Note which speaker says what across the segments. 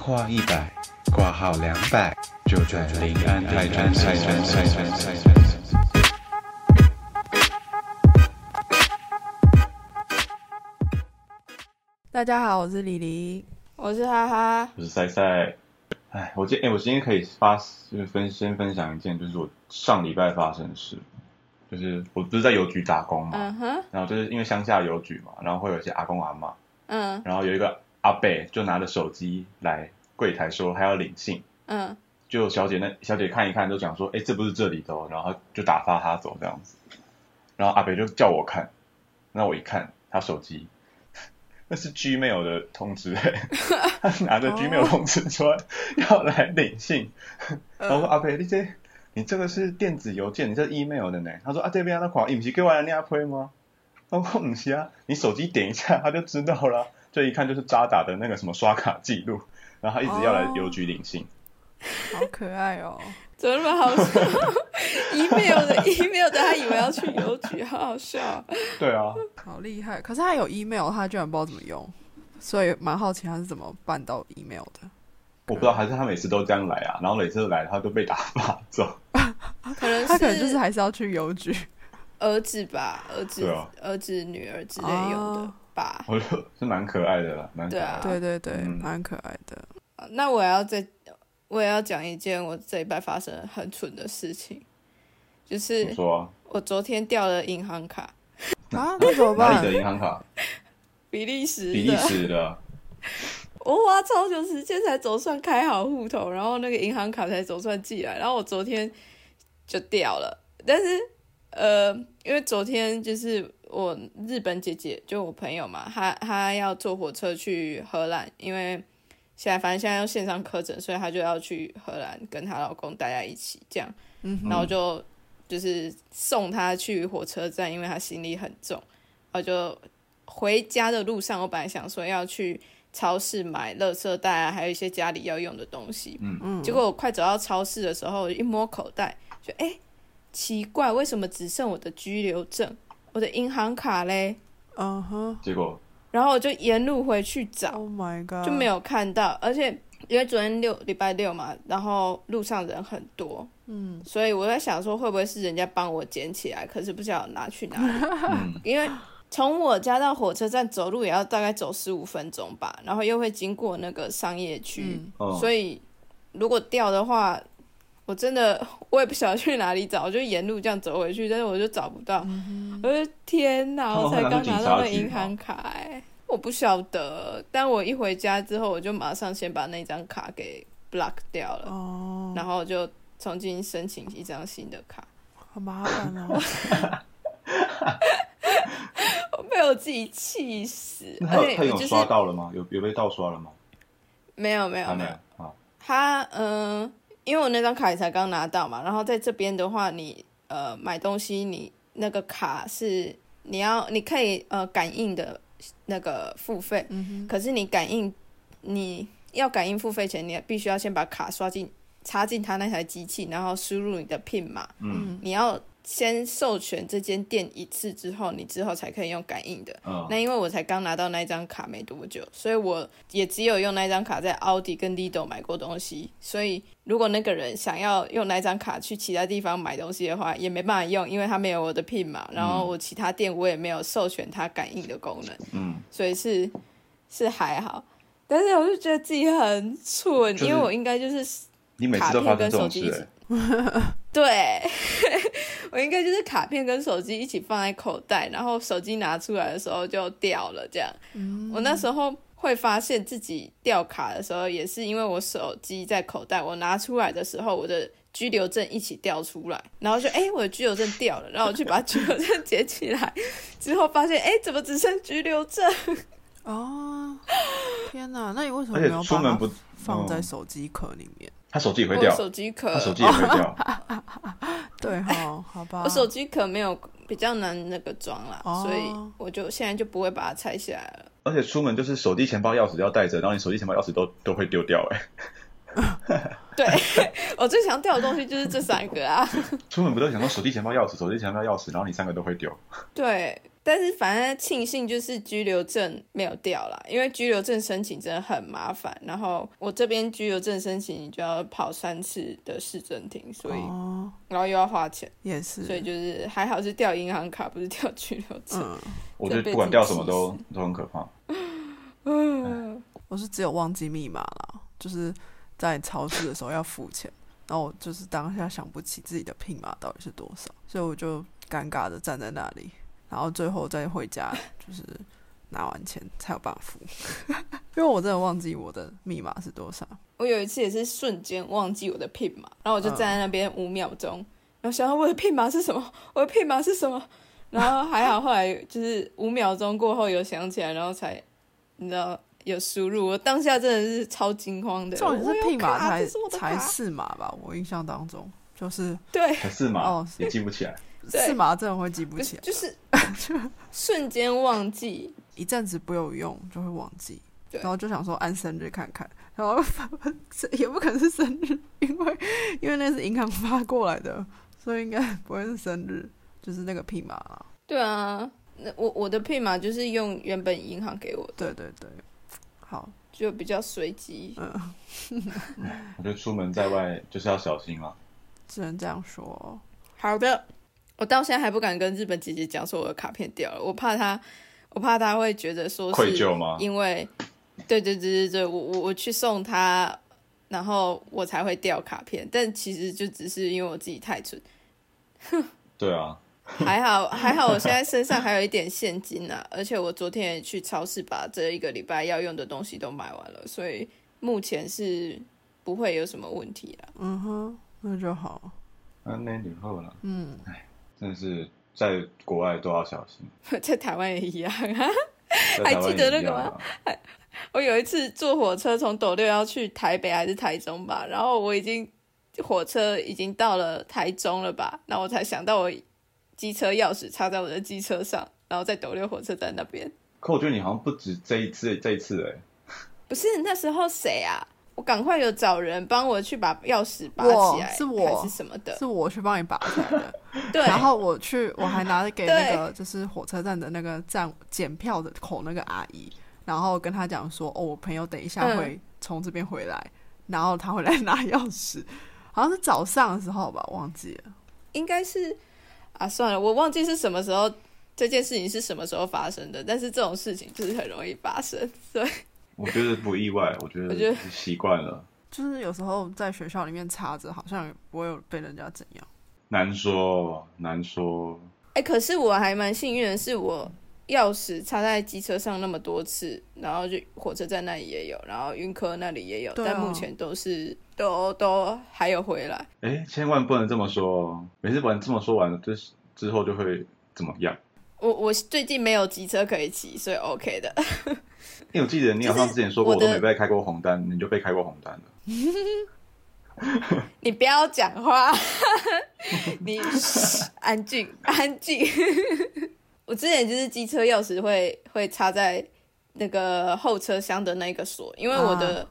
Speaker 1: 话一百，挂号两百，就转临安泰站泰站泰站泰站。
Speaker 2: 大家好，我是李黎。
Speaker 3: 我是哈哈，
Speaker 4: 就是赛赛。哎，我今哎、我今天可以发，就是分先分享一件，就是我上礼拜发生的事，就是我不是在邮局打工嘛，
Speaker 3: 嗯哼，
Speaker 4: 然后就是因为乡下邮局嘛，然后会有一些阿公阿妈，
Speaker 3: 嗯
Speaker 4: 然后有一个阿伯就拿着手机来柜台说他要领信，
Speaker 3: 嗯，
Speaker 4: 就小姐那小姐看一看，就讲说，哎、这不是这里的、哦，然后就打发他走这样子。然后阿北就叫我看，那我一看他手机， 那是 Gmail 的通知、 欸，他拿着 Gmail 通知说要来领信，
Speaker 2: 嗯
Speaker 4: 然后我说阿北，你这你这个是电子邮件，你这 email 的呢？他说啊这边那款，你不是给我来那推吗？我说不是啊，你手机点一下他就知道了， 这一看就是渣打的那个什么刷卡记录，然后他一直要来邮局领信。
Speaker 2: 好可爱哦、
Speaker 3: 怎么那么好笑 ？email 的 email 的，他以为要去邮局，好好笑。
Speaker 4: 对啊，
Speaker 2: 好厉害！可是他有 email，他居然不知道怎么用，所以蛮好奇他是怎么办到 email 的。
Speaker 4: 我不知道，还是他每次都这样来啊，然后每次来他都被打发走。
Speaker 3: 可能
Speaker 2: 他可能就是还是要去邮 局。
Speaker 3: 儿子吧，儿子
Speaker 4: 对啊、
Speaker 3: 儿子、女儿之类用的
Speaker 2: 哦
Speaker 3: 吧。
Speaker 4: 我就是蛮可爱的啦，蛮可爱
Speaker 3: 啊
Speaker 4: 的。
Speaker 2: 对对对，
Speaker 4: 嗯
Speaker 2: 蛮、可爱的。
Speaker 3: 那我要再，我也要讲一件我这一拜发生的很蠢的事情，就
Speaker 4: 你
Speaker 3: 是
Speaker 4: 说啊
Speaker 3: 我昨天掉了银行卡，
Speaker 2: 啊，那怎么
Speaker 4: 哪
Speaker 2: 办
Speaker 4: 里？的银行卡？
Speaker 3: 比利时
Speaker 4: 比利
Speaker 3: 的。
Speaker 4: 时的。
Speaker 3: 我花超久时间才总算开好户头，然后那个银行卡才总算寄来，然后我昨天就掉了。但是呃，因为昨天就是我日本姐姐，就我朋友嘛，她她要坐火车去荷兰，因为现在反正现在要线上课程，所以她就要去荷兰跟她老公大家一起这样。
Speaker 2: 嗯
Speaker 3: 然后我就就是送她去火车站，因为她行李很重，然后就回家的路上，我本来想说要去超市买垃圾袋啊，还有一些家里要用的东西。
Speaker 4: 嗯
Speaker 2: 嗯
Speaker 3: 结果我快走到超市的时候，一摸口袋，就哎、诶奇怪，为什么只剩我的居留证，我的银行卡嘞？
Speaker 2: 嗯哼
Speaker 4: 结 果
Speaker 3: 然后我就沿路回去找，
Speaker 2: ，Oh my god，
Speaker 3: 就没
Speaker 2: 有。
Speaker 3: 有看到，而且因为昨天六礼拜六嘛，然后路上人很多，
Speaker 2: 嗯，
Speaker 3: 所以我在想说会不会是人家帮我捡起来，可是不知道拿去哪里，
Speaker 4: 嗯，
Speaker 3: 因为从我家到火车站走路也要大概走十五分钟吧，然后又会经过那个商业区，
Speaker 2: 嗯
Speaker 4: 哦
Speaker 3: 所以如果掉的话，我真的我也不晓得去哪里找，我就沿路这样走回去，但是我就找不到，
Speaker 4: 嗯
Speaker 3: 我就天哪，
Speaker 4: 他们
Speaker 3: 我才
Speaker 4: 会拿去
Speaker 3: 刚
Speaker 4: 哦
Speaker 3: 拿
Speaker 4: 警
Speaker 3: 到
Speaker 4: 察
Speaker 3: 那
Speaker 4: 局
Speaker 3: 银
Speaker 4: 吗
Speaker 3: 行卡哎、我不晓得，但我一回家之后，我就马上先把那张卡给 block 掉了，
Speaker 2: 哦，
Speaker 3: 然后就重新申请一张新的卡。
Speaker 2: 好麻烦 哦。
Speaker 3: 我被我自己气死，
Speaker 4: 那他
Speaker 3: 而
Speaker 4: 有他
Speaker 3: 且
Speaker 4: 有
Speaker 3: 就是
Speaker 4: 刷到了吗？有有被盗刷了吗？
Speaker 3: 没有没有
Speaker 4: 还没
Speaker 3: 没有
Speaker 4: 有，啊。
Speaker 3: 他嗯、呃因为我那张卡也才刚拿到嘛，然后在这边的话，你呃买东西，你那个卡是你要你可以呃感应的那个付费，
Speaker 2: 嗯
Speaker 3: 可是你感应你要感应付费前，你必须要先把卡刷进插进他那台机器，然后输入你的 PIN 码，
Speaker 4: 嗯
Speaker 3: 你要先授权这间店一次之后，你之后才可以用感应的。
Speaker 4: 嗯
Speaker 3: 那因为我才刚拿到那一张卡没多久，所以我也只有用那张卡在奥迪跟 Lido 买过东西。所以如果那个人想要用那张卡去其他地方买东西的话，也没办法用，因为他没有我的 PIN 嘛。然后我其他店我也没有授权他感应的功能，
Speaker 4: 嗯，
Speaker 3: 所以是是还好。但是我就觉得自己很蠢，
Speaker 4: 就是
Speaker 3: 因为我应该就是
Speaker 4: 你每次都发生这种事、
Speaker 3: 卡片跟手机一
Speaker 4: 欸
Speaker 3: 起， 对，我应该就是卡片跟手机一起放在口袋，然后手机拿出来的时候就掉了。这样，我那时候会发现自己掉卡的时候，也是因为我手机在口袋，我拿出来的时候，我的居留证一起掉出来，然后就哎、诶我的居留证掉了，然后我去把居留证 捡起来，之后发现哎、诶怎么只剩居留证？
Speaker 2: 哼，哦，天哪，那你为什么
Speaker 4: 而
Speaker 2: 没
Speaker 4: 且
Speaker 2: 有
Speaker 4: 出
Speaker 2: 把
Speaker 4: 门
Speaker 2: 它
Speaker 4: 不，
Speaker 2: 放在
Speaker 4: 嗯
Speaker 2: 手机壳里面？
Speaker 4: 他手机也会
Speaker 3: 我
Speaker 4: 掉
Speaker 3: 的，手机壳
Speaker 4: 他， 手机也会掉。
Speaker 2: 对哈，好吧。
Speaker 3: 我手机壳没有比较难那个装啦，
Speaker 2: 啊哦
Speaker 3: 所以我就现在就不会把它拆下来了。
Speaker 4: 而且出门就是手机、钱包、钥匙要带着，然后你手机、钱包、钥匙都都会丢掉、欸。哎，
Speaker 3: 对我最想掉的东西就是这三个啊。
Speaker 4: 出门不都想说手机、钱包、钥匙，手机、钱包、钥匙，然后你三个都会丢。
Speaker 3: 对，但是反正庆幸就是居留证没有掉啦，因为居留证申请真的很麻烦。然后我这边居留证申请，你就要跑三次的市政厅，所以、
Speaker 2: 哦，
Speaker 3: 然后又要花钱，
Speaker 2: 也
Speaker 3: 所以
Speaker 2: 是，
Speaker 3: 就是还好是掉银行卡，不是掉居留证。
Speaker 2: 嗯，
Speaker 4: 我觉得不管掉什么都都很可怕。
Speaker 3: 嗯，
Speaker 2: 我是只有忘记密码了，就是在超市的时候要付钱，然后我就是当下想不起自己的拼码到底是多少，所以我就尴尬的站在那里，然后最后再回 家就是拿完钱才有办法付， 因为我真的忘记我的密码是多少。
Speaker 3: 我有一次也是瞬间忘记我的 PIN 码，然后
Speaker 2: 嗯
Speaker 3: 我就站在那边五秒钟，然后想到我的 PIN 码是什么， 我的 PIN 码是什么，然后还好后来就是五秒钟过后有想起来，然后才你知道有输入，我当下真的是超惊慌的。
Speaker 2: 重点是
Speaker 3: 我有
Speaker 2: 拼码
Speaker 3: 卡
Speaker 2: 才
Speaker 3: 这是我的
Speaker 2: 才
Speaker 3: 卡
Speaker 2: 四码吧，我印象当中就是
Speaker 3: 对
Speaker 4: 可是嘛
Speaker 2: 哦，
Speaker 4: 也记不起来。
Speaker 3: 对
Speaker 2: 四码真的会记 不
Speaker 3: 不
Speaker 2: 起
Speaker 3: 是
Speaker 2: 来，
Speaker 3: 就是瞬间忘记，
Speaker 2: 一阵子不有用就会忘记，
Speaker 3: 对
Speaker 2: 然后就想说按生日看看，然后 也不可能是生日，因为因为那是银行发过来的，所以应该不会是生日，就是那个密码啦。
Speaker 3: 对啊，那我我的 PIN 码就是用原本银行给我的，
Speaker 2: 对对对，好，
Speaker 3: 就比较随机。
Speaker 2: 嗯，
Speaker 4: 我觉得出门在 外就是要小心啊。
Speaker 2: 只能这样说哦。
Speaker 3: 好的，我到现在还不敢跟日本姐姐讲说我的卡片掉了，我怕她，我怕她会觉得说是
Speaker 4: 愧疚吗
Speaker 3: 因为，对对对对对，我我我去送她，然后我才会掉卡片，但其实就只是因为我自己太蠢，
Speaker 4: 对啊，
Speaker 3: 还 好还好，我现在身上还有一点现金啊，而且我昨天也去超市把这一个礼拜要用的东西都买完了，所以目前是不会有什么问题啊啦。
Speaker 2: 嗯哼，那就好。
Speaker 4: 那那以后了，
Speaker 2: 嗯，
Speaker 4: 真的是在国外都要小心。
Speaker 3: 在台湾也一样啊。
Speaker 4: 在台湾
Speaker 3: 还记得
Speaker 4: 也
Speaker 3: 那
Speaker 4: 一
Speaker 3: 个
Speaker 4: 样
Speaker 3: 吗
Speaker 4: 啊？
Speaker 3: 我有一次坐火车从斗六要去台北还是台中吧，然后我已经火车已经到了台中了吧，然后我才想到我机车钥匙插在我的机车上，然后在斗六火车站那边。
Speaker 4: 可我觉得你好像不止这一次，这一次哎、
Speaker 3: 不是那时候谁啊？我赶快有找人帮我去把钥匙拔
Speaker 2: 我
Speaker 3: 起来，
Speaker 2: 是我
Speaker 3: 还是什么的？
Speaker 2: 是我去帮你拔起来的，
Speaker 3: 对，
Speaker 2: 然后我去，我还拿着给那个就是火车站的那个站检票的口那个阿姨，然后跟她讲说，哦，我朋友等一下
Speaker 3: 嗯
Speaker 2: 会从这边回来，然后她回来拿钥匙，好像是早上的时候吧，忘记了。
Speaker 3: 应该是啊，算了，我忘记是什么时候这件事情是什么时候发生的，但是这种事情就是很容易发生，所以
Speaker 4: 我觉得不意 外，我觉
Speaker 3: 我觉
Speaker 4: 得
Speaker 3: 得
Speaker 4: 是习惯了，
Speaker 2: 就是有时候在学校里面插着，好像也不会有被人家怎样。
Speaker 4: 难说难说。
Speaker 3: 哎、可是我还蛮幸运的是，我钥匙插在机车上那么多次，然后就火车站那里也有，然后云科那里也有，
Speaker 2: 对啊
Speaker 3: 但目前都是都都还有回来。
Speaker 4: 哎、千万不能这么说哦！每次把你这么说完，就是之后就会怎么样？
Speaker 3: 我我最近没有机车可以骑，所以 OK 的。
Speaker 4: 因为我记得你好像之前说过，我
Speaker 3: 就是
Speaker 4: 都
Speaker 3: 我的
Speaker 4: 没被开过红单，你就被开过红单了。
Speaker 3: 你不要讲话， 你安静安静。 我之前就是机车钥匙会会插在那个后车厢的那个锁，因为我的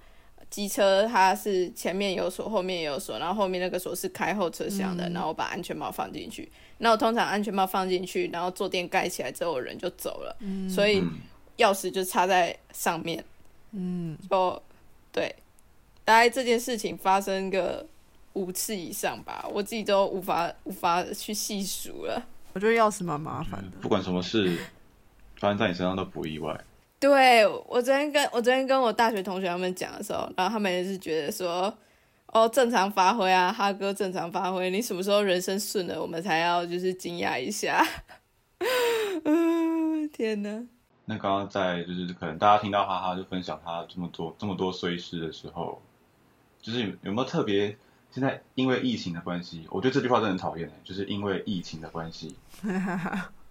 Speaker 3: 机车它是前面有锁，后面也有锁，然后后面那个锁是开后车厢的，然后我把安全帽放进去。那我通常安全帽放进去，然后坐垫盖起来之后，我人就走了，所以
Speaker 4: 嗯，
Speaker 3: 钥匙就插在上面。
Speaker 2: 嗯，
Speaker 3: 就哦对，大概这件事情发生个五次以上吧，我自己都无法无法去细数了。
Speaker 2: 我觉得钥匙蛮麻烦的。
Speaker 4: 不管什么事发生在你身上都不意外。
Speaker 3: 对我昨天跟我昨天跟我大学同学他们讲的时候，然后他们也是觉得说，哦，正常发挥啊，哈哥正常发挥，你什么时候人生顺了，我们才要就是惊讶一下。 嗯，天哪！
Speaker 4: 那刚刚在就是可能大家听到哈哈就分享他这么多这么多衰事的时候，就是有有没有特别现在因为疫情的关系，我觉得这句话真的很讨厌、欸，就是因为疫情的关系，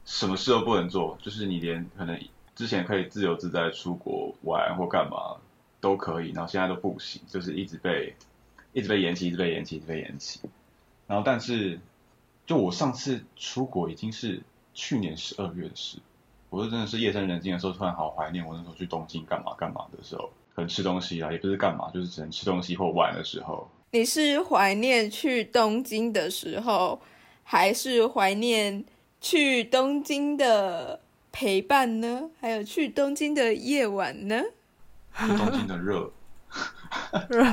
Speaker 4: 什么事都不能做，就是你连可能之前可以自由自在出国玩或干嘛都可以，然后现在都不行，就是一直被一直被延期，一直被延期，一直被延期。然后但是就我上次出国已经是去年十二月的事，我是真的是夜深人静的时候，突然好怀念我那时候去东京干嘛干嘛的时候，可能吃东西啊啦，也不是干嘛，就是只能吃东西或玩的时候。
Speaker 3: 你是怀念去东京的时候，还是怀念去东京的陪伴呢？还有去东京的夜晚呢？
Speaker 4: 去东京的热，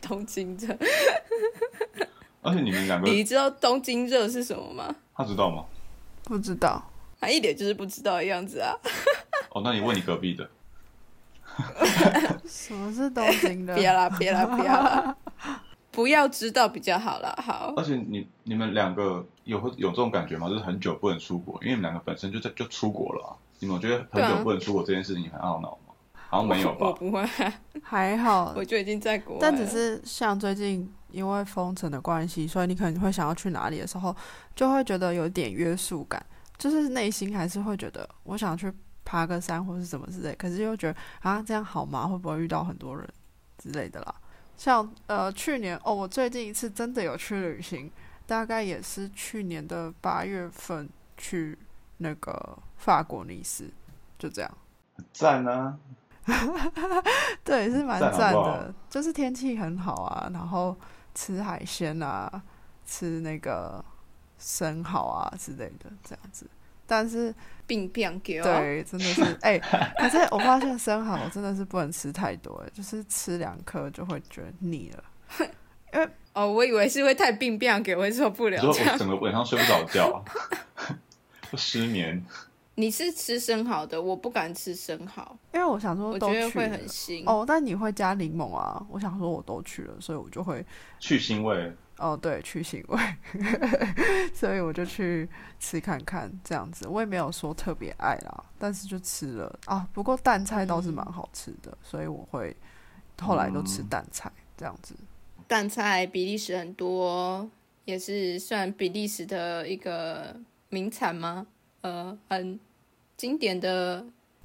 Speaker 3: 东京热，
Speaker 4: 嗯而且你们两个，
Speaker 3: 你知道东京热是什么吗？
Speaker 4: 他知道吗？
Speaker 2: 不知道，
Speaker 3: 他一脸就是不知道的样子啊！
Speaker 4: 哦，那你问你隔壁的，
Speaker 2: 什么是东京 的？
Speaker 4: 啊
Speaker 3: 不要啦，不要啦，不要啦， 不要知道比较好啦。好，
Speaker 4: 而且你你们两个有会有这种感觉吗？就是很久不能出国，因为你们两个本身就在就出国了、啊，你们有觉得很
Speaker 3: 对啊
Speaker 4: 久不能出国这件事情很懊恼吗？好像没有
Speaker 3: 我
Speaker 4: 吧？嗯
Speaker 3: 不会啊，
Speaker 2: 还好
Speaker 3: 我，就已经在国哎外
Speaker 2: 但
Speaker 3: 了。
Speaker 2: 只是像最近因为封城的关系，所以你可能会想要去哪里的时候，就会觉得有点约束感，就是内心还是会觉得我想去爬个山或是什么之类，可是又觉得啊这样好吗？会不会遇到很多人之类的啦？像呃去年哦，我最近一次真的有去旅行，大概也是去年的八月份去那个法国尼斯，就这样。
Speaker 4: 赞啊！
Speaker 2: 对，是蛮
Speaker 4: 赞好
Speaker 2: 赞
Speaker 4: 不好
Speaker 2: 的，就是天气很好啊，然后吃海鲜啊，吃那个生蚝啊之类的这样子。但是，
Speaker 3: 病病给我，
Speaker 2: 对，真的是 哎、可是我发现生蚝真的是不能吃太多、哎，就是吃两颗就会觉得腻了。
Speaker 3: 哦，我以为是会太病病给我会受不了
Speaker 4: 你说
Speaker 3: 这
Speaker 4: 我
Speaker 3: 样。
Speaker 4: 整个晚上睡不着觉、 啊，就失眠。
Speaker 3: 你是吃生蚝的，我不敢吃生蚝，
Speaker 2: 因为我想说
Speaker 3: 我
Speaker 2: 都
Speaker 3: 觉得
Speaker 2: 去
Speaker 3: 会
Speaker 2: 了
Speaker 3: 很腥。
Speaker 2: 哦，但你会加柠檬啊？我想说我都去了，所以我就会
Speaker 4: 去腥味，
Speaker 2: 哦，对，去行为， 所以我就去吃看看这样子。我也没有说特别爱啦，但是就吃了啊。不过蛋菜倒是蛮
Speaker 3: 嗯
Speaker 2: 好吃的，所以我会后来都吃蛋菜这样子。
Speaker 3: 蛋菜比利时很多，也是算比利时的一个名产吗？呃，很经典的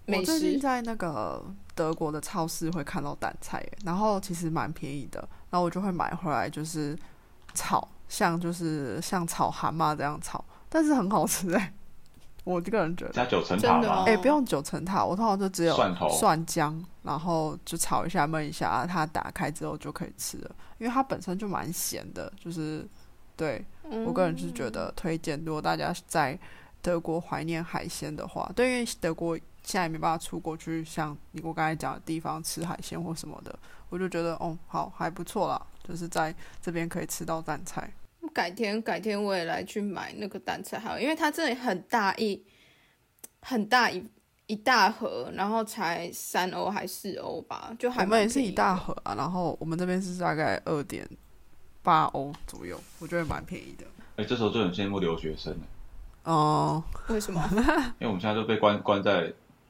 Speaker 2: 我
Speaker 3: 美
Speaker 2: 最近
Speaker 3: 食。
Speaker 2: 在那个德国的超市会看到蛋菜耶，然后其实蛮便宜的，然后我就会买回来就是炒，像就是像炒蛤蟆这样炒，但是很好吃哎， 我这个人觉得。
Speaker 4: 加九层塔
Speaker 3: 真的
Speaker 4: 吗
Speaker 3: 哦？
Speaker 2: 哎、不用九层塔，我通常就只有
Speaker 4: 蒜头
Speaker 2: 蒜姜，然后就炒一下、焖一下，啊它打开之后就可以吃了，因为它本身就蛮咸的，就是对
Speaker 3: 嗯
Speaker 2: 我个人是觉得推荐，如果大家在德国怀念海鲜的话，对，因为德国现在也没办法出国去像你我刚才讲的地方吃海鲜或什么的，我就觉得哦，好还不错啦，就是在这边可以吃到蛋菜。
Speaker 3: 改天改天我也来去买那个蛋菜好了，因为它这里很大一很大一一大盒，然后才三欧还四欧吧，就
Speaker 2: 我
Speaker 3: 还
Speaker 2: 们
Speaker 3: 蛮
Speaker 2: 也是
Speaker 3: 便宜
Speaker 2: 一
Speaker 3: 的
Speaker 2: 大盒啊，然后我们这边是大概二点八欧左右，我觉得蛮便宜的。
Speaker 4: 哎、这时候就很羡慕留学生了，
Speaker 2: 哦、
Speaker 3: 为什么？
Speaker 4: 因为我们现在都被关关在，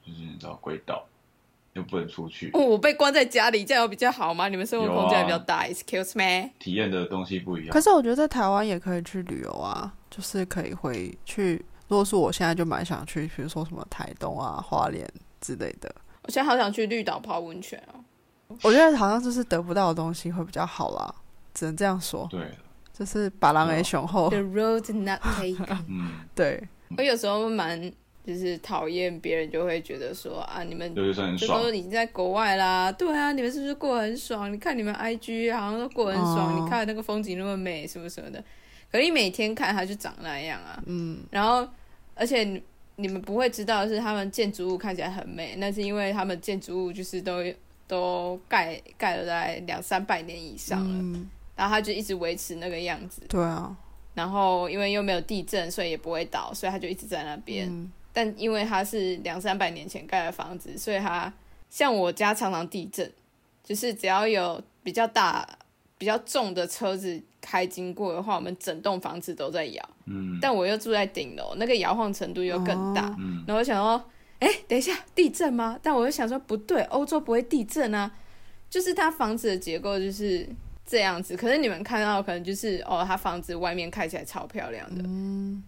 Speaker 4: 就是你知道鬼岛，又不能出去，
Speaker 3: 哦，我被关在家里，这样有比较好吗？你们生活
Speaker 4: 有
Speaker 3: 空间还
Speaker 4: 啊
Speaker 3: 比较大、e x c u s e me。
Speaker 4: 体验的东西不一样
Speaker 2: 可。是我觉得在台湾也可以去旅游啊，就是可以回去。如果是我现在就蛮想去，比如说什么台东啊、花莲之类的。
Speaker 3: 我现在好想去绿岛泡温泉哦。
Speaker 2: 我觉得好像就是得不到的东西会比较好啦，只能这样说，
Speaker 4: 对，。
Speaker 2: 就是把狼给雄厚
Speaker 3: The。road not taken
Speaker 4: 嗯，
Speaker 2: 对，
Speaker 3: 我有时候蛮就是讨厌别人，就会觉得说啊，你们
Speaker 4: 留学生很
Speaker 3: 这
Speaker 4: 爽
Speaker 3: 都，已经在国外啦，对啊，你们是不是过得很爽？你看你们 IG 好像都过得很爽，
Speaker 2: 哦
Speaker 3: 你看那个风景那么美，什么什么的。可是你每天看它就长那样啊，嗯，然后而且你你们不会知道的是，他们建筑物看起来很美，那是因为他们建筑物就是都都盖盖了大概两三百年以上了，
Speaker 2: 嗯，
Speaker 3: 然后它就一直维持那个样子。
Speaker 2: 对啊，
Speaker 3: 然后因为又没有地震，所以也不会倒，所以它就一直在那边。
Speaker 2: 嗯
Speaker 3: 但因为它是两三百年前盖的房子，所以它像我家常常地震，就是只要有比较大、比较重的车子开经过的话，我们整栋房子都在摇。
Speaker 4: 嗯
Speaker 3: 但我又住在顶楼，那个摇晃程度又更大。
Speaker 2: 哦
Speaker 4: 嗯，
Speaker 3: 然后我想说，哎，等一下，地震吗？但我又想说，不对，欧洲不会地震啊，就是它房子的结构就是这样子。可是你们看到可能就是哦，它房子外面看起来超漂亮的，
Speaker 2: 嗯，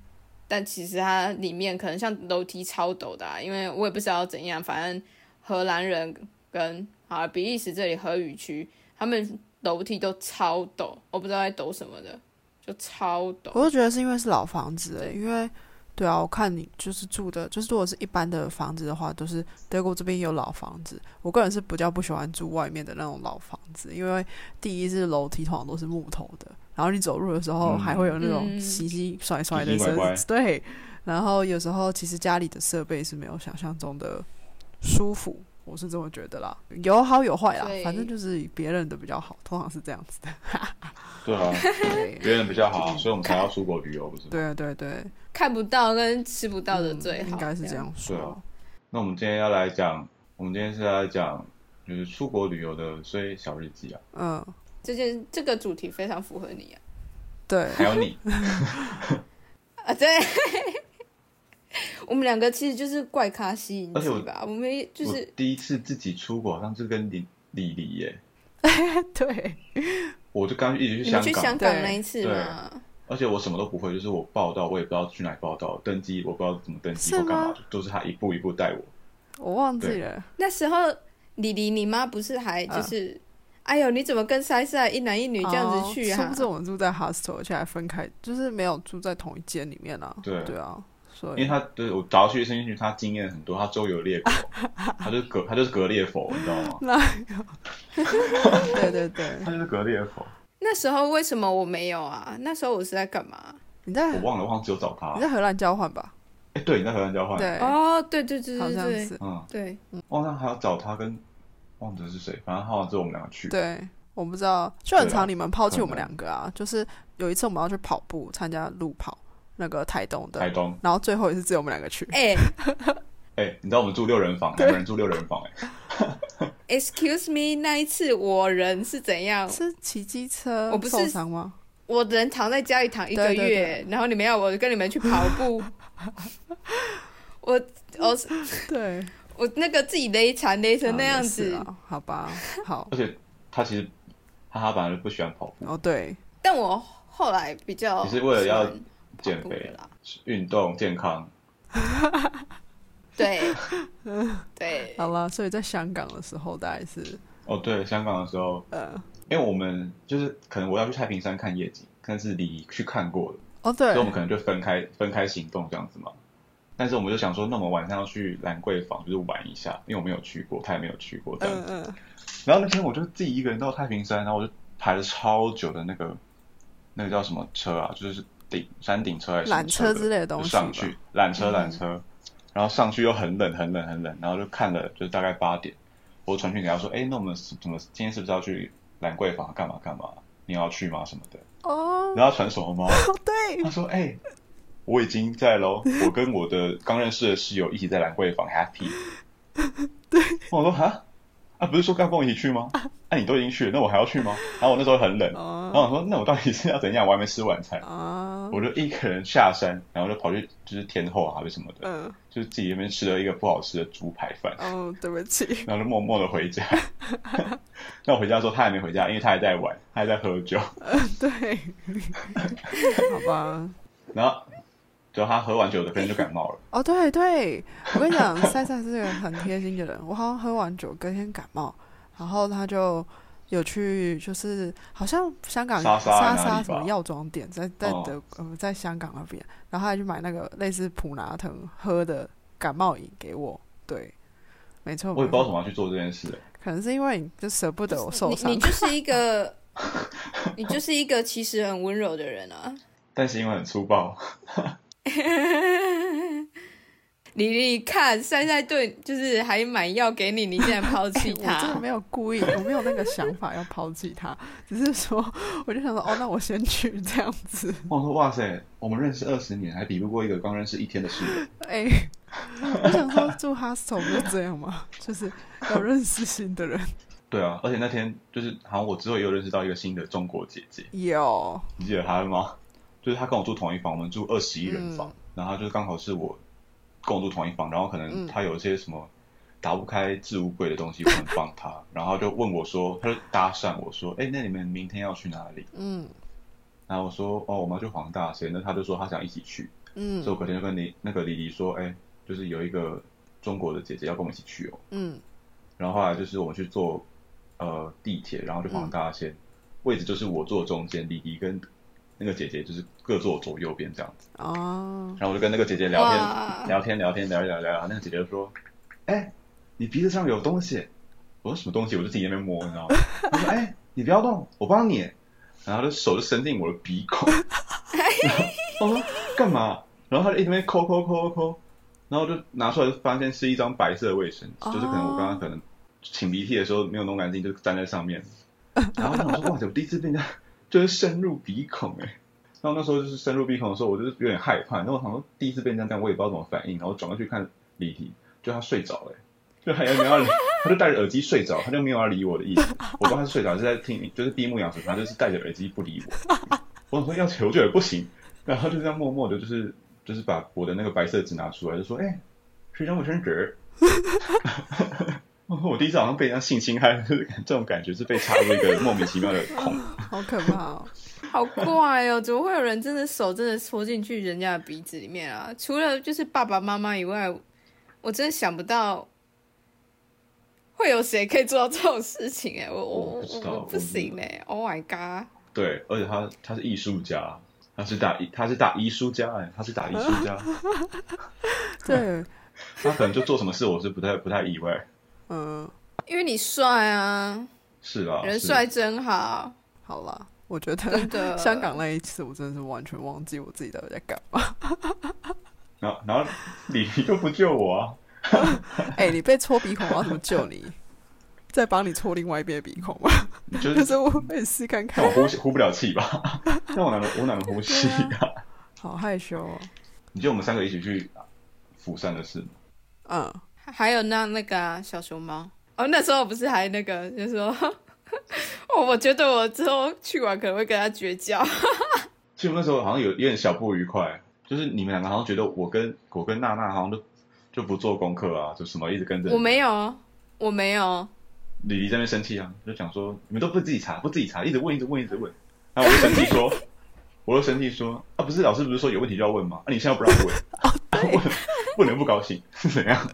Speaker 3: 但其实它里面可能像楼梯超陡的、啊，因为我也不知道怎样，反正荷兰人跟啊比利时这里荷语区，他们楼梯都超陡，我不知道在抖什么的，就超
Speaker 2: 我
Speaker 3: 陡。
Speaker 2: 就觉得是因为是老房子、欸，因为对啊，我看你就是住的，就是如果是一般的房子的话，都是德国这边也有老房子。我个人是比较不喜欢住外面的那种老房子，因为第一是楼梯通常都是木头的，然后你走路的时候
Speaker 4: 嗯
Speaker 2: 还会有那种
Speaker 3: 嗯
Speaker 2: 稀稀甩甩的
Speaker 4: 奇奇
Speaker 2: 声，
Speaker 4: 怪怪
Speaker 2: 对，然后有时候其实家里的设备是没有想象中的舒服，我是这么觉得啦，有好有坏啦
Speaker 3: 对，
Speaker 2: 反正就是别人的比较好，通常是这样子的。
Speaker 4: 对啊，
Speaker 2: 对
Speaker 4: 别人比较好，啊所以我们才要出国旅游，不是吗？
Speaker 2: 对啊对对，
Speaker 3: 看不到跟吃不到的
Speaker 2: 嗯
Speaker 3: 最好，
Speaker 2: 应该是这
Speaker 3: 样。
Speaker 2: 样
Speaker 4: 对啊
Speaker 2: 说。
Speaker 4: 那我们今天要来讲，我们今天是来讲就是出国旅游的追小日记啊，
Speaker 2: 嗯，
Speaker 3: 这件这个主题非常符合你啊！
Speaker 2: 对，
Speaker 4: 还有你，
Speaker 3: 啊，对， 我们两个其实就是怪咖吸引
Speaker 4: 而且我
Speaker 3: 你吧，我们也就
Speaker 4: 我
Speaker 3: 是
Speaker 4: 第一次自己出国，好像是跟李李黎耶，
Speaker 2: 对，
Speaker 4: 我就刚一直去
Speaker 3: 你
Speaker 4: 香
Speaker 3: 们去
Speaker 4: 港，
Speaker 3: 香港
Speaker 2: 对
Speaker 3: 那一次嘛，
Speaker 4: 而且我什么都不会，就是我报到我也不知道去哪里报到，登机我不知道怎么登机
Speaker 2: 是
Speaker 4: 或
Speaker 2: 吗
Speaker 4: 干嘛，都是他一步一步带我。
Speaker 2: 我忘记
Speaker 4: 对
Speaker 2: 了。
Speaker 3: 那时候李黎你妈不是还就是，哎呦，你怎么跟塞塞一男一女这样子去
Speaker 2: 啊哦殊
Speaker 3: 啊
Speaker 2: 不？知我们住在 hostel，而且还分开，就是没有住在同一间里面啊。
Speaker 4: 对
Speaker 2: 对啊，所
Speaker 4: 因为
Speaker 2: 以
Speaker 4: 他对我找到去深圳去，他经验很多，他周游列国，他就是格他就是格列佛，你知道吗？
Speaker 2: 那对对对，
Speaker 4: 他就是格列佛，
Speaker 3: 那时候为什么我没有啊？那时候我是在干嘛？
Speaker 2: 你在
Speaker 4: 我忘了，我好像只有找他
Speaker 2: 你。在荷兰交换吧？
Speaker 4: 哎，对，你在荷兰交换，
Speaker 2: 对，
Speaker 3: 哦，对对对
Speaker 2: 好
Speaker 3: 对
Speaker 2: 像
Speaker 3: 对
Speaker 2: 是，
Speaker 4: 嗯，
Speaker 3: 对，
Speaker 4: 忘了还要找他跟忘了是谁，反正好像只有我们两个去。
Speaker 2: 对，我不知道，就很
Speaker 4: 对啊
Speaker 2: 常你们抛弃
Speaker 4: 可
Speaker 2: 我们
Speaker 4: 能
Speaker 2: 两个啊。就是有一次我们要去跑步，参加路跑，那个台东的
Speaker 4: 台，东，
Speaker 2: 然后最后也是只有我们两个去。
Speaker 3: 哎、
Speaker 4: 哎，你知道我们住六人房，两个人住六人房，哎，
Speaker 3: Excuse me，那一次我人是怎样？
Speaker 2: 是骑机车
Speaker 3: 我不是
Speaker 2: 受伤吗？
Speaker 3: 我人躺在家里躺一个
Speaker 2: 对
Speaker 3: 月，
Speaker 2: 对
Speaker 3: 然后你们要我跟你们去跑 步，我我
Speaker 2: 对，
Speaker 3: 我那个自己勒残勒成那
Speaker 2: 啊
Speaker 3: 样
Speaker 2: 也是
Speaker 3: 子，
Speaker 2: 啊，好吧，好
Speaker 4: 而，且他其实他他本来就不喜欢跑步，
Speaker 2: 哦对，
Speaker 3: 但我后来比较
Speaker 4: 你是为了要
Speaker 3: 喜欢
Speaker 4: 减
Speaker 3: 跑步
Speaker 4: 肥啊
Speaker 3: 了啦，
Speaker 4: 运动健康，
Speaker 3: 对 对，
Speaker 2: 好了，所以在香港的时候大概是
Speaker 4: 哦，对，香港的时候，
Speaker 2: 呃，
Speaker 4: 因为我们就是可能我要去太平山看夜景，但是你去看过了，
Speaker 2: 哦
Speaker 4: 所
Speaker 2: 对
Speaker 4: 以我，们可能就分开分开行动这样子嘛。但是我们就想说，那我们晚上要去兰桂坊，就是玩一下，因为我没有去过，他也没有去过这样
Speaker 2: 嗯
Speaker 4: 子。
Speaker 2: 嗯，
Speaker 4: 然后那天我就自己一个人到太平山，然后我就排了超久的那个那个叫什么车啊，就是顶山顶车还是什么
Speaker 2: 缆车
Speaker 4: 的
Speaker 2: 之类的东西
Speaker 4: 就上
Speaker 2: 吧
Speaker 4: 去缆车缆车，然后上去又很冷很冷很冷，然后就看了就大概八点，我传讯给他说，哎，那我们是怎么今天是不是要去兰桂坊干嘛干嘛？你要去吗什么的？
Speaker 2: 哦
Speaker 4: 然后他传什么吗？
Speaker 2: 对
Speaker 4: 他说，哎。我已经在喽，我跟我的刚认识的室友一起在兰桂坊 happy。对，啊我说哈，啊不是说刚跟我一起去吗？那、你都已经去了，那我还要去吗？然后我那时候很冷，然后
Speaker 2: 哦
Speaker 4: 我说那我到底是要怎样？我还没吃晚餐，
Speaker 2: 啊，
Speaker 4: 我就一个人下山，然后就跑去就是天后啊还是什么的，
Speaker 2: 嗯
Speaker 4: 就是自己那边吃了一个不好吃的猪排饭，
Speaker 2: 哦，对不起，
Speaker 4: 然后就默默的回家。 那我回家的时候他还没回家，因为他还在玩，他还在喝酒。
Speaker 2: 对， 好吧。
Speaker 4: 然后，就他喝完酒的可能就感冒了。
Speaker 2: 哦，对对，我跟你讲，赛赛是个很贴心的人。我好像喝完酒隔天感冒，然后他就有去，就是好像香港
Speaker 4: 莎
Speaker 2: 莎
Speaker 4: 莎还哪里
Speaker 2: 什么
Speaker 4: 吧
Speaker 2: 药妆店，在在
Speaker 4: 哦
Speaker 2: 德、呃在香港那边，然后他还去买那个类似普拿疼喝的感冒饮给我。对，没错，
Speaker 4: 我也
Speaker 2: 没
Speaker 4: 不知道
Speaker 2: 错
Speaker 4: 怎么要去做这件事、
Speaker 2: 可能是因为你就舍不得我受
Speaker 3: 你
Speaker 2: 伤
Speaker 3: 你，就是一个 你就是一个其实很温柔的人啊。
Speaker 4: 但是因为很粗暴，
Speaker 3: 李丽看塞塞对，就是还买药给你，你竟然抛弃
Speaker 2: 我真的
Speaker 3: 他，
Speaker 2: 没有故意，我没有那个想法要抛弃他，只是说我就想说，哦，那我先去这样子。
Speaker 4: 我说哇塞，我们认识二十年还比不过一个刚认识一天的室友。
Speaker 2: 哎、我想说住 hostel 不是这样吗？ 就是要认识新的人。
Speaker 4: 对啊，而且那天就是好像我之后也有认识到一个新的中国姐姐，
Speaker 2: 有，
Speaker 4: 你记得他吗？就是他跟我住同一房，我们住二十一人房，
Speaker 2: 嗯
Speaker 4: 然后他就是刚好是我跟我住同一房，然后可能
Speaker 2: 嗯
Speaker 4: 他有一些什么打不开置物柜的东西，我能帮他，然后他就问我说，他就搭讪我说，哎、那你们明天要去哪里？
Speaker 2: 嗯
Speaker 4: 然后我说，哦，我们要去黄大仙，那他就说他想一起去，所以
Speaker 2: 嗯
Speaker 4: 我隔天就跟李那个李黎说，哎、就是有一个中国的姐姐要跟我们一起去哦，
Speaker 2: 嗯，
Speaker 4: 然后后来就是我们去坐呃地铁，然后去黄大仙，位置就是我坐中间，李黎跟那个姐姐就是各坐左右边这样子。
Speaker 2: 哦，
Speaker 4: 然后我就跟那个姐姐聊
Speaker 3: 哇
Speaker 4: 天，聊天，聊天，聊一聊聊一聊。那个姐姐就说：“哎、你鼻子上有东西。”我说：“什么东西？”我就自己在那边摸，你知道吗？她说：“哎、你不要动，我帮你。”然后她就手就伸进我的鼻孔，然后我说：“干嘛？”然然后他就一直在那边抠抠抠抠抠，然后就拿出来，就发现是一张白色的卫生纸，
Speaker 2: 哦
Speaker 4: 就是可能我刚刚可能擤鼻涕的时候没有弄干净，就粘在上面。然后我想说，哇，我第一次被人家就是深入鼻孔哎、欸。然后那时候就是深入鼻孔的时候，我就是有点害怕，然后我想说第一次被人家这样，我也不知道怎么反应，然后转过去看李婷，就她睡着了、欸，就还没有要理，她就戴着耳机睡着，她就没有要理我的意思。我不知道她是睡着还是在听，就是闭目养神，她就是戴着耳机不理我。我想说要求救也不行，然后就这样默默的，就是就是把我的那个白色纸拿出来，就说：“哎、是一张卫生纸。” 我第一次好像被人家性侵害，就是这种感觉是被插入一个莫名其妙的孔。
Speaker 2: 好可怕哦！
Speaker 3: 好怪哦，怎么会有人真的手真的戳进去人家的鼻子里面啊？除了就是爸爸妈妈以外，我真的想不到会有谁可以做到这种事情哎、我
Speaker 4: 我
Speaker 3: 我
Speaker 4: 不知道
Speaker 3: 我不行哎、o h my god！
Speaker 4: 对，而且他他是艺术家，他是打他是打艺术家哎，他是打艺术家，
Speaker 2: 对，
Speaker 4: 他可能就做什么事我是不太不太意外，
Speaker 2: 嗯，
Speaker 3: 因为你帅啊，
Speaker 4: 是啊，
Speaker 3: 人
Speaker 4: 是
Speaker 3: 帅真好，
Speaker 2: 好啦，我觉
Speaker 3: 真
Speaker 2: 得
Speaker 3: 的。
Speaker 2: 香港那一次，我真的是完全忘记我自己到底在干嘛。
Speaker 4: 然后然后你你就不救我 啊，
Speaker 2: 哎、你被戳鼻孔，我要怎么救你？再帮你戳另外一边的鼻孔吗？
Speaker 4: 你就
Speaker 2: 就是是我也试看看
Speaker 4: 看我。呼吸呼不了气吧， 那我哪能我哪能呼吸啊？
Speaker 2: 好害羞、哦。
Speaker 4: 你记得我们三个一起去釜山的事吗？
Speaker 2: 嗯，
Speaker 3: 还有那那个啊、小熊猫哦，那时候不是还那个，就说， 哦，我觉得我之后去玩可能会跟他绝交。
Speaker 4: 其实我们那时候好像有有点小不愉快，就是你们两个好像觉得我跟我跟娜娜好像都就不做功课啊，就什么一直跟着你
Speaker 3: 我没有，我没有，
Speaker 4: 李黎在那边生气啊，就讲说你们都不自己查，不自己查，一直问，一直问，一直问。然后我就生气说， 我就生气说啊，不是老师不是说有问题就要问吗？啊，你现在不让 我问，
Speaker 3: 哦
Speaker 4: 问问了不高兴是怎样？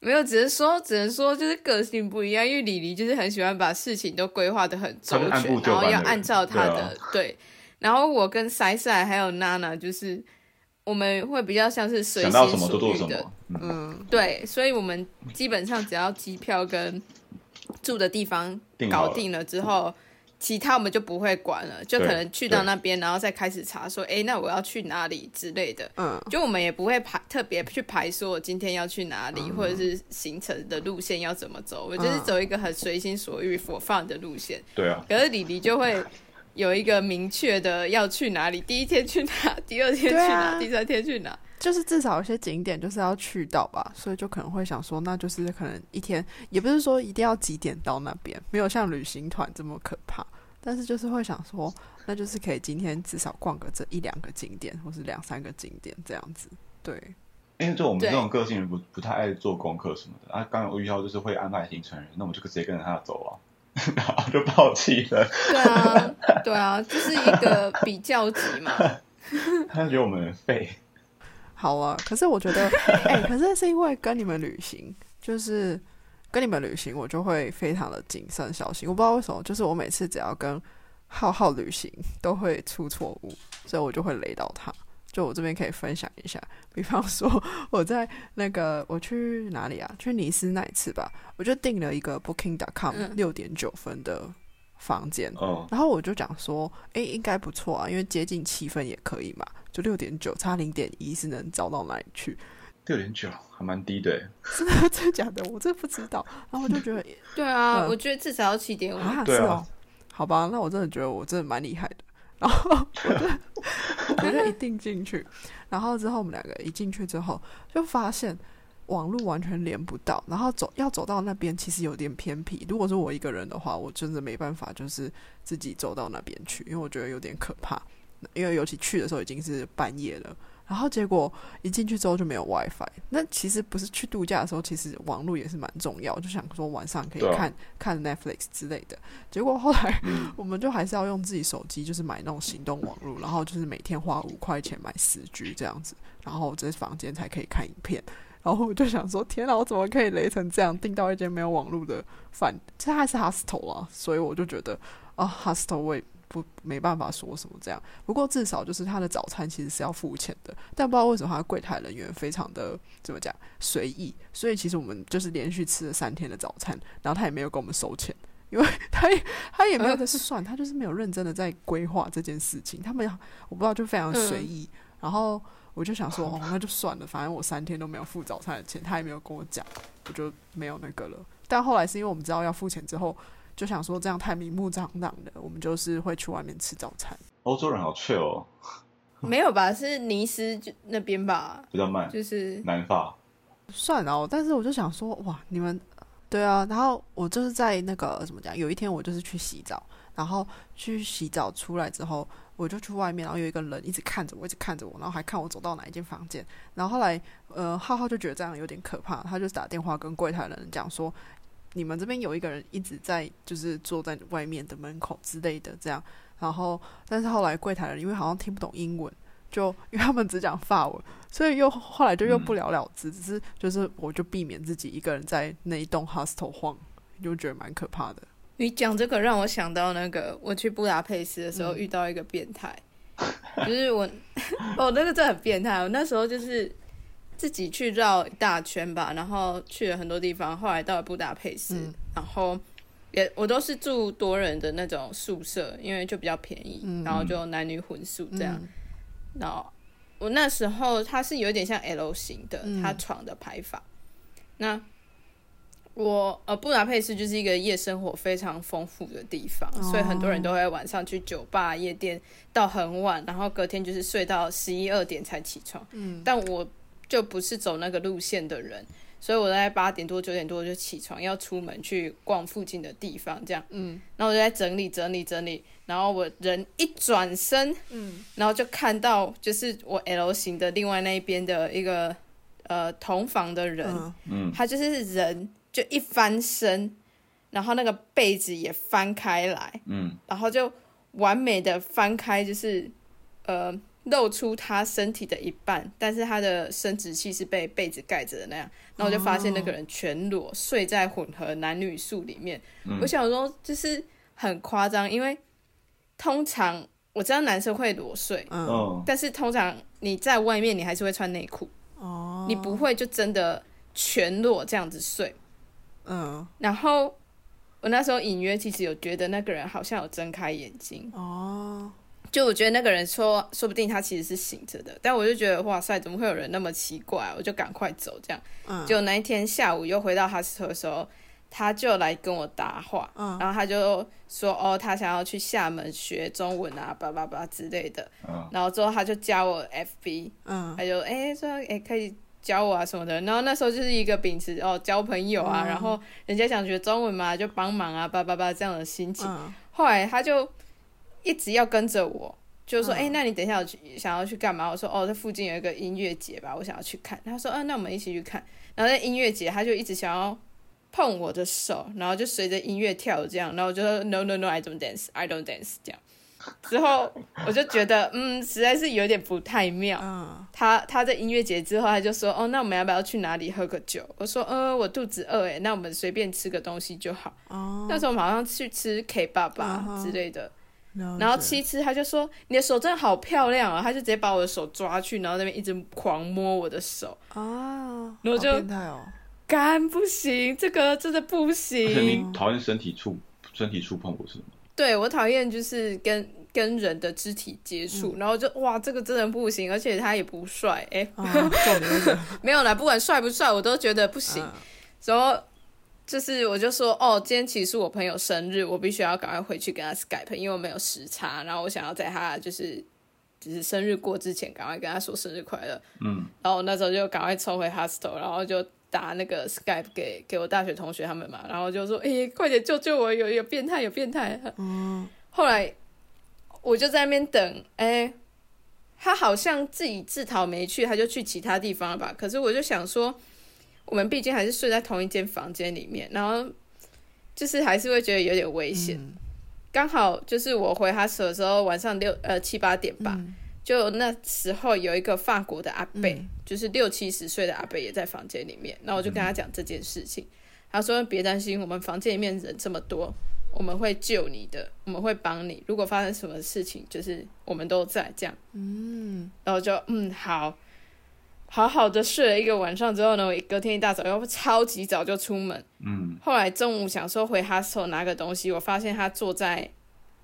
Speaker 3: 没有，只是说，只能说就是个性不一样，因为李黎就是很喜欢把事情都规划的很周
Speaker 4: 他是按部就
Speaker 3: 全，然
Speaker 4: 班
Speaker 3: 后
Speaker 4: 的
Speaker 3: 要
Speaker 4: 人
Speaker 3: 按照他
Speaker 4: 对
Speaker 3: 的
Speaker 4: 啊
Speaker 3: 对。然后我跟塞塞还有娜娜就是。我们会比较像是 随
Speaker 4: 想
Speaker 3: 心
Speaker 4: 到什么
Speaker 3: 所
Speaker 4: 就做
Speaker 3: 欲
Speaker 4: 什
Speaker 3: 的
Speaker 4: 么，嗯，
Speaker 2: 嗯，
Speaker 3: 对，所以我们基本上只要机票跟住的地方
Speaker 4: 定好
Speaker 3: 搞
Speaker 4: 了
Speaker 3: 定了之后，其他我们就不会管了，就可
Speaker 4: 对
Speaker 3: 能去到
Speaker 4: 对
Speaker 3: 那边，然后再开始查说，哎，那我要去哪里之类的。
Speaker 2: 嗯，
Speaker 3: 就我们也不会排特别去排说我今天要去哪里，或者是行程的路线要怎么走，我就是
Speaker 2: 嗯
Speaker 3: 走一个很随心所欲、for fun 的路线。
Speaker 4: 对啊，
Speaker 3: 可是李黎就会有一个明确的要去哪里，第一天去哪，第二天去
Speaker 2: 对
Speaker 3: 哪，
Speaker 2: 啊
Speaker 3: 第三天去哪。
Speaker 2: 就是至少有些景点就是要去到吧，所以就可能会想说，那就是可能一天，也不是说一定要几点到那边，没有像旅行团这么可怕，但是就是会想说，那就是可以今天至少逛个这一两个景点，或是两三个景点这样子。对，
Speaker 4: 因为就我们
Speaker 3: 对
Speaker 4: 这种个性人不不太爱做功课什么的啊。刚刚有遇到就是会安排行程的人，那我们就直接跟着他走啊， 然后就抛弃了。
Speaker 3: 对啊，对啊，就是一个比较级 嘛。
Speaker 4: 他觉得我们很废，
Speaker 2: 好啊，可是我觉得， 哎、可是是因为跟你们旅行，就是跟你们旅行，我就会非常的谨慎小心。我不知道为什么，就是我每次只要跟浩浩旅行，都会出错误，所以我就会雷到他。就我这边可以分享一下，比方说我在那个我去哪里啊？去尼斯那一次吧，我就订了一个 Booking.com
Speaker 3: 嗯
Speaker 2: 六点九分的房间，
Speaker 4: 嗯，
Speaker 2: 然后我就讲说，诶，应该不错啊，因为接近七分也可以嘛，就六点九差零点一是能找到哪里去？
Speaker 4: 六点九还蛮低的欸，
Speaker 2: 真的真的假的？我真的不知道。然后我就觉得
Speaker 3: 对啊，
Speaker 2: 嗯
Speaker 3: 我觉得至少要七点五。
Speaker 2: 啊，是
Speaker 4: 对啊
Speaker 2: 哦，好吧，那我真的觉得我真的蛮厉害的。然后我 就我就一定进去，然后之后我们两个一进去之后，就发现网络完全连不到，然后走要走到那边其实有点偏僻。如果是我一个人的话，我真的没办法，就是自己走到那边去，因为我觉得有点可怕。因为尤其去的时候已经是半夜了，然后结果一进去之后就没有 WiFi。那其实不是去度假的时候，其实网络也是蛮重要，就想说晚上可以
Speaker 4: 对啊
Speaker 2: 看、看 Netflix 之类的。结果后来
Speaker 4: 嗯
Speaker 2: 我们就还是要用自己手机，就是买那种行动网络，然后就是每天花五块钱买十 G 这样子，然后这房间才可以看影片。然后我就想说，天哪，啊我怎么可以雷成这样，订到一间没有网络的饭？这还是 hostel 啊，所以我就觉得啊，hostel 我也不没办法说什么这样。不过至少就是他的早餐其实是要付钱的，但不知道为什么他柜台人员非常的怎么讲随意，所以其实我们就是连续吃了三天的早餐，然后他也没有跟我们收钱。因为 他也他也没有在算，他就是没有认真的在规划这件事情。他们我不知道，就非常随意。然后我就想说，哦，那就算了，反正我三天都没有付早餐的钱，他也没有跟我讲，我就没有那个了。但后来是因为我们知道要付钱之后，就想说这样太明目张胆了，我们就是会去外面吃早餐。
Speaker 4: 欧洲人好 chill 哦，
Speaker 3: 没有吧？是尼斯就那边吧？
Speaker 4: 比较慢，
Speaker 3: 就是
Speaker 4: 南法。
Speaker 2: 算了哦，但是我就想说，哇，你们对啊，然后我就是在那个怎么讲，有一天我就是去洗澡，然后去洗澡出来之后，我就去外面，然后有一个人一直看着我，一直看着我，然后还看我走到哪一间房间，然后后来呃，浩浩就觉得这样有点可怕，他就打电话跟柜台的人讲说。你们这边有一个人一直在，就是坐在外面的门口之类的，这样。然后，但是后来柜台的人因为好像听不懂英文，就因为他们只讲法文，所以又后来就又不了了之，只是就是我就避免自己一个人在那一栋 hostel 晃，就觉得蛮可怕的。
Speaker 3: 你讲这个让我想到那个，我去布达佩斯的时候
Speaker 2: 嗯
Speaker 3: 遇到一个变态，就是我，哦，那个真的很变态。我那时候就是自己去绕一大圈吧，然后去了很多地方，后来到了布达佩斯，
Speaker 2: 嗯
Speaker 3: 然后也我都是住多人的那种宿舍，因为就比较便宜，
Speaker 2: 嗯
Speaker 3: 然后就男女混宿这样。
Speaker 2: 嗯
Speaker 3: 然后我那时候它是有点像 L 型的，
Speaker 2: 嗯
Speaker 3: 它床的排法。那我呃，布达佩斯就是一个夜生活非常丰富的地方，
Speaker 2: 哦
Speaker 3: 所以很多人都会晚上去酒吧、夜店到很晚，然后隔天就是睡到十一二点才起床。
Speaker 2: 嗯，
Speaker 3: 但我就不是走那个路线的人，所以我在八点多九点多就起床，要出门去逛附近的地方，这样。
Speaker 2: 嗯，
Speaker 3: 然后我就在整理整理整理，然后我人一转身，
Speaker 2: 嗯，
Speaker 3: 然后就看到就是我 L 型的另外那一边的一个呃同房的人，
Speaker 2: 嗯
Speaker 4: 嗯，
Speaker 3: 他就是人就一翻身，然后那个被子也翻开来，
Speaker 4: 嗯，
Speaker 3: 然后就完美的翻开，就是呃露出他身体的一半，但是他的生殖器是被被子盖着的那样。然后我就发现那个人全裸、睡在混合男女宿里面，我想说就是很夸张，因为通常我知道男生会裸睡，
Speaker 2: 嗯，
Speaker 4: 嗯，
Speaker 3: 但是通常你在外面你还是会穿内裤，
Speaker 2: 哦，
Speaker 3: 你不会就真的全裸这样子睡。
Speaker 2: 嗯，
Speaker 3: 然后我那时候隐约其实有觉得那个人好像有睁开眼睛，
Speaker 2: 哦，
Speaker 3: 就我觉得那个人说，说不定他其实是醒着的，但我就觉得哇塞，怎么会有人那么奇怪、啊我就赶快走，这样。
Speaker 2: 嗯，
Speaker 3: 结果那一天下午又回到哈斯特的时候，他就来跟我搭话，
Speaker 2: 嗯
Speaker 3: 然后他就说哦，他想要去厦门学中文啊，叭叭叭之类的。
Speaker 4: 嗯
Speaker 3: 然后之后他就加我 FB，
Speaker 2: 嗯
Speaker 3: 他就哎、说哎、可以教我啊什么的。然后那时候就是一个秉持哦交朋友啊，
Speaker 2: 嗯
Speaker 3: 然后人家想学中文嘛，就帮忙啊，叭叭叭这样的心情。
Speaker 2: 嗯
Speaker 3: 后来他就一直要跟着我，就说：“
Speaker 2: 嗯
Speaker 3: 哎、那你等一下有去想要去干嘛？”我说：“哦，这附近有一个音乐节吧，我想要去看。”他说：“嗯、那我们一起去看。”然后在音乐节，他就一直想要碰我的手，然后就随着音乐跳这样，然后我就说：“No no no, I don't dance, I don't dance。”这样之后，我就觉得嗯，实在是有点不太妙。
Speaker 2: 嗯，
Speaker 3: 他他在音乐节之后，他就说：“哦，那我们要不要去哪里喝个酒？”我说：“呃，我肚子饿诶，那我们随便吃个东西就好。”
Speaker 2: 哦，
Speaker 3: 那时候我们好像去吃 K 爸
Speaker 2: 嗯
Speaker 3: 爸
Speaker 2: 哼
Speaker 3: 之类的，
Speaker 2: 了
Speaker 3: 然后
Speaker 2: 解
Speaker 3: 吃一吃，他就说你的手真的好漂亮啊，他就直接把我的手抓去，然后那边一直狂摸我的手，
Speaker 2: 啊，
Speaker 3: 然
Speaker 2: 好
Speaker 3: 后就
Speaker 2: 变态哦，
Speaker 3: 干不行，这个真的不
Speaker 4: 而且
Speaker 3: 行。
Speaker 4: 你讨厌身体触身体触碰不是吗？
Speaker 3: 对我讨厌就是跟跟人的肢体接
Speaker 2: 嗯
Speaker 3: 触，然后就哇，这个真的不行，而且他也不帅，哎、
Speaker 2: 啊，重点是
Speaker 3: 没有啦，不管帅不帅，我都觉得不行。
Speaker 2: 嗯
Speaker 3: 然后就是我就说，哦，今天其实是我朋友生日，我必须要赶快回去跟他 Skype，因为我没有时差，然后我想要在他就是就是生日过之前，赶快跟他说生日快乐。
Speaker 4: 嗯，
Speaker 3: 然后我那时候就赶快冲回 hostel，然后就打那个 Skype 给给我大学同学他们嘛，然后就说，诶，快点救救我，有有变态，有变态。
Speaker 2: 嗯
Speaker 3: 后来我就在那边等，哎、他好像自己自讨没趣，他就去其他地方了吧？可是我就想说，我们毕竟还是睡在同一间房间里面，然后就是还是会觉得有点危险。
Speaker 2: 嗯
Speaker 3: 刚、好就是我回哈舍的时候，晚上六呃七八点吧，
Speaker 2: 嗯
Speaker 3: 就那时候有一个法国的阿贝，
Speaker 2: 嗯
Speaker 3: 就是六七十岁的阿贝也在房间里面，然后我就跟他讲这件事情，他说别担心，我们房间里面人这么多，我们会救你的，我们会帮你，如果发生什么事情，就是我们都在这样，
Speaker 2: 嗯，
Speaker 3: 然后我就嗯好。好好的睡了一个晚上之后呢，我隔天一大早又超级早就出门，
Speaker 4: 嗯，
Speaker 3: 后来中午想说回 hostel 拿个东西，我发现他坐在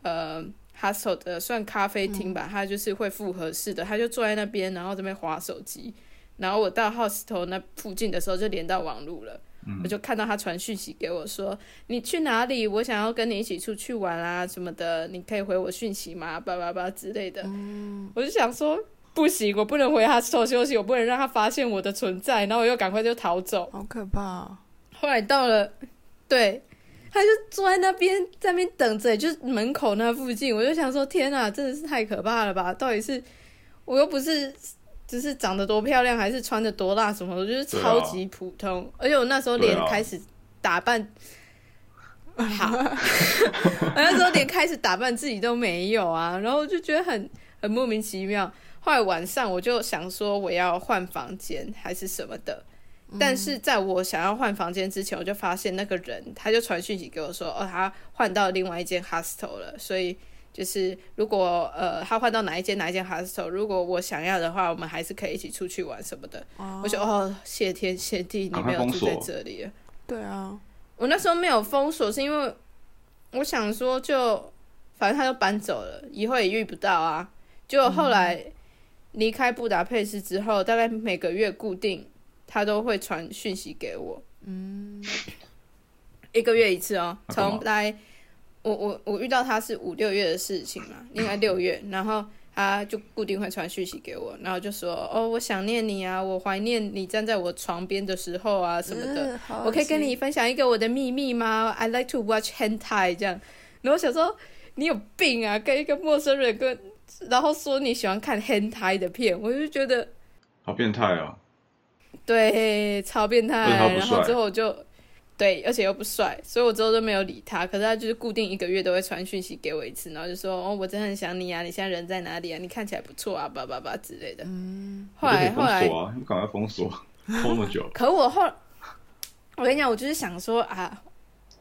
Speaker 3: 呃 hostel 的算咖啡厅吧，他就是会复合式的，他就坐在那边，然后这边划手机。然后我到 hostel 那附近的时候就连到网路了，我就看到他传讯息给我说你去哪里，我想要跟你一起出去玩啊什么的，你可以回我讯息吗？叭叭叭之类的。
Speaker 2: 嗯
Speaker 3: 我就想说不行，我不能回 hostel 休息，我不能让他发现我的存在，然后我又赶快就逃走。
Speaker 2: 好可怕哦、
Speaker 3: 后来到了，对，他就坐在那边，在那边等着，就是门口那附近。我就想说，天啊，真的是太可怕了吧！到底是我又不是只是长得多漂亮，还是穿的多辣什么的，我就是
Speaker 4: 对啊
Speaker 3: 超级普通。而且我那时候连
Speaker 4: 对啊
Speaker 3: 开始打扮。好， 我那时候连开始打扮自己都没有啊，然后我就觉得很很莫名其妙。后来晚上我就想说我要换房间还是什么的，但是在我想要换房间之前，我就发现那个人他就传讯息给我说，哦，他换到另外一间 hostel 了，所以就是如果呃他换到哪一间哪一间 hostel，如果我想要的话，我们还是可以一起出去玩什么的。我就哦，谢天谢地，你
Speaker 4: 赶快
Speaker 3: 没有
Speaker 4: 封
Speaker 3: 住在
Speaker 4: 锁
Speaker 3: 这里了。
Speaker 2: 对啊，
Speaker 3: 我那时候没有封锁，是因为我想说就反正他就搬走了，以后也遇不到啊。就后来离开布达佩斯之后，大概每个月固定他都会传讯息给我，嗯，一个月一次哦，
Speaker 4: 啊他干嘛
Speaker 3: 从来我我我遇到他是五六月的事情嘛，应该六月，然后。他就固定会传讯息给我，然后就说：“哦，我想念你啊，我怀念你站在我床边的时候啊，什么的。
Speaker 2: 嗯好恶
Speaker 3: 我可以跟
Speaker 2: 心
Speaker 3: 你分享一个我的秘密吗？I like to watch hentai 这样。然后我想说你有病啊，跟一个陌生人跟，然后说你喜欢看 hentai 的片，我就觉得
Speaker 4: 好变态哦！
Speaker 3: 对，超变态。
Speaker 4: 而且他不
Speaker 3: 然后
Speaker 4: 帅
Speaker 3: 之后我就对，而且又不帅，所以我之后都没有理他。可是他就是固定一个月都会传讯息给我一次，然后就说哦，我真的很想你啊，你现在人在哪里啊？你看起来不错啊，叭叭叭之类的。后
Speaker 4: 我就可以
Speaker 3: 来后
Speaker 4: 封
Speaker 3: 来，
Speaker 4: 锁啊，你赶快封锁，封那么久
Speaker 3: 可我后，我跟你讲，我就是想说啊，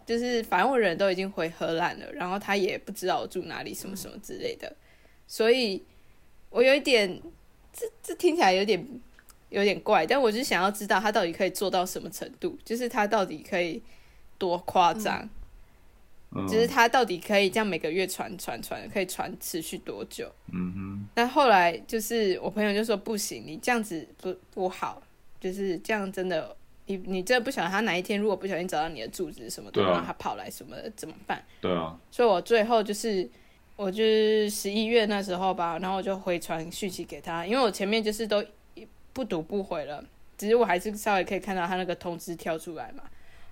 Speaker 3: 就是反正我人都已经回荷兰了，然后他也不知道我住哪里，什么什么之类的，所以我有一点，这这听起来有点有点怪，但我就是想要知道他到底可以做到什么程度，就是他到底可以多夸张。
Speaker 4: 嗯
Speaker 3: 就是他到底可以这样每个月传传传，可以传持续多久？
Speaker 4: 嗯哼，
Speaker 3: 那后来就是我朋友就说不行，你这样子不不好，就是这样真的，你你真的不晓得他哪一天如果不小心找到你的住址什么的，
Speaker 4: 对啊
Speaker 3: 然后他跑来什么的怎么办？
Speaker 4: 对啊，
Speaker 3: 所以我最后就是我就是十一月那时候吧，然后我就回传讯息给他，因为我前面就是都不读不回了，只是我还是稍微可以看到他那个通知跳出来嘛。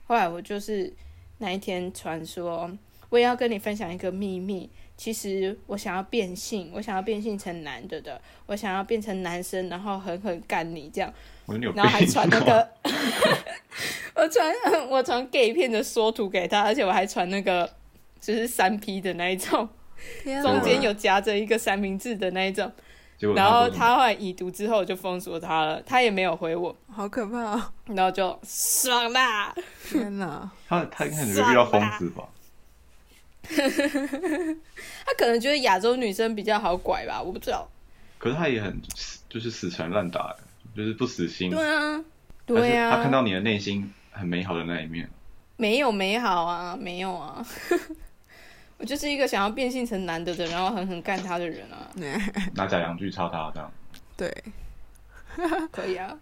Speaker 3: 后来我就是那一天传说，我也要跟你分享一个秘密。其实我想要变性，我想要变性成男的的，我想要变成男生，然后狠狠干你这样。
Speaker 4: 我觉得你有病
Speaker 3: 然后 还传那
Speaker 4: 哦
Speaker 3: 个， 我传 我传 gay 片的缩图给他，而且我还传那个就是三 P 的那一种，
Speaker 2: 天
Speaker 3: 中
Speaker 2: 啊，
Speaker 3: 间有夹着一个三明治的那一种。
Speaker 4: 结果
Speaker 3: 然后
Speaker 4: 他
Speaker 3: 他后来已读之后我就封锁他了，他也没有回我，
Speaker 2: 好可怕、哦！
Speaker 3: 然后就爽啦。
Speaker 2: 天哪，
Speaker 4: 他他一开始就遇到疯子吧？
Speaker 3: 他可能觉得亚洲女生比较好拐吧，我不知道。
Speaker 4: 可是他也很就是死缠烂打，就是不死心。
Speaker 3: 对啊，
Speaker 4: 但嗯是
Speaker 3: 对啊，
Speaker 4: 他看到你的内心很美好的那一面，
Speaker 3: 没有美好啊，没有啊。 我就是一个想要变性成男的的，然后狠狠干他的人啊，
Speaker 4: 拿假洋锯插他这样。
Speaker 2: 对，
Speaker 3: 可以啊。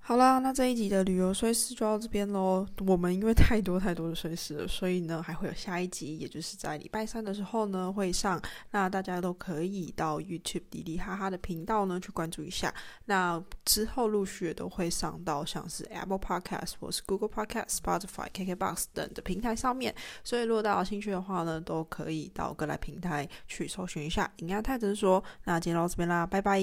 Speaker 2: 好啦，那这一集的旅游碎事就到这边喽。我们因为太多太多的碎事了，所以呢还会有下一集，也就是在礼拜三的时候呢会上。那大家都可以到 YouTube 迪迪哈哈的频道呢去关注一下。那之后陆续也都会上到像是 Apple Podcast 或是 Google Podcast、Spotify、KKBox 等的平台上面。所以如果大家有兴趣的话呢，都可以到各大平台去搜寻一下“银安泰诊所”。那今天到这边啦，拜拜。